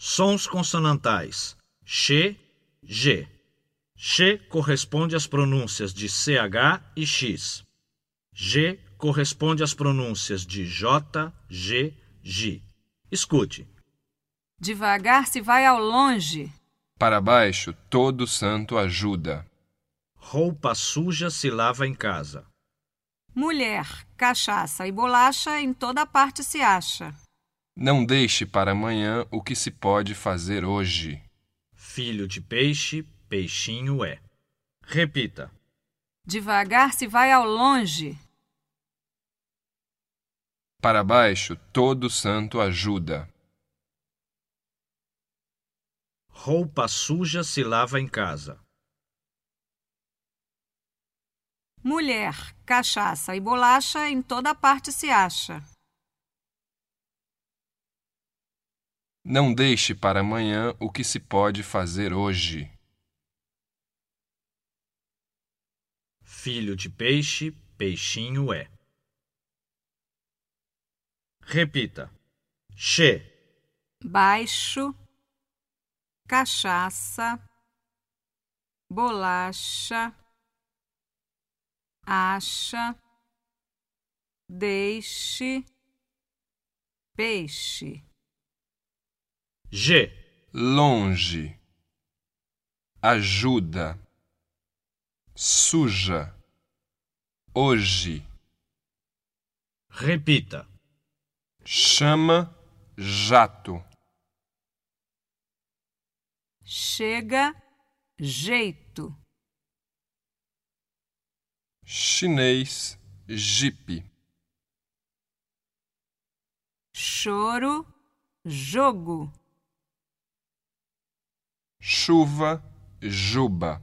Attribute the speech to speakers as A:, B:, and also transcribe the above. A: Sons consonantais x, g. X corresponde às pronúncias de CH e X. G corresponde às pronúncias de J, G, G. Escute.
B: Devagar se vai ao longe.
C: Para baixo, todo santo ajuda.
A: Roupa suja se lava em casa.
B: Mulher, cachaça e bolacha em toda parte se acha.
C: Não deixe para amanhã o que se pode fazer hoje.
A: Filho de peixe, peixinho é. Repita.
B: Devagar se vai ao longe.
C: Para baixo, todo santo ajuda.
A: Roupa suja se lava em casa.
B: Mulher, cachaça e bolacha em toda parte se acha.
C: Não deixe para amanhã o que se pode fazer hoje.
A: Filho de peixe, peixinho é. Repita. Che,
B: Baixo, cachaça, bolacha, acha, deixe, peixe.
A: G,
C: Longe. Ajuda. Suja. Hoje.
A: repita.
C: Chama jato.
B: Chega, jeito.
C: Chinês. Jipe.
B: Choro, jogo.
C: Chuva. Juba.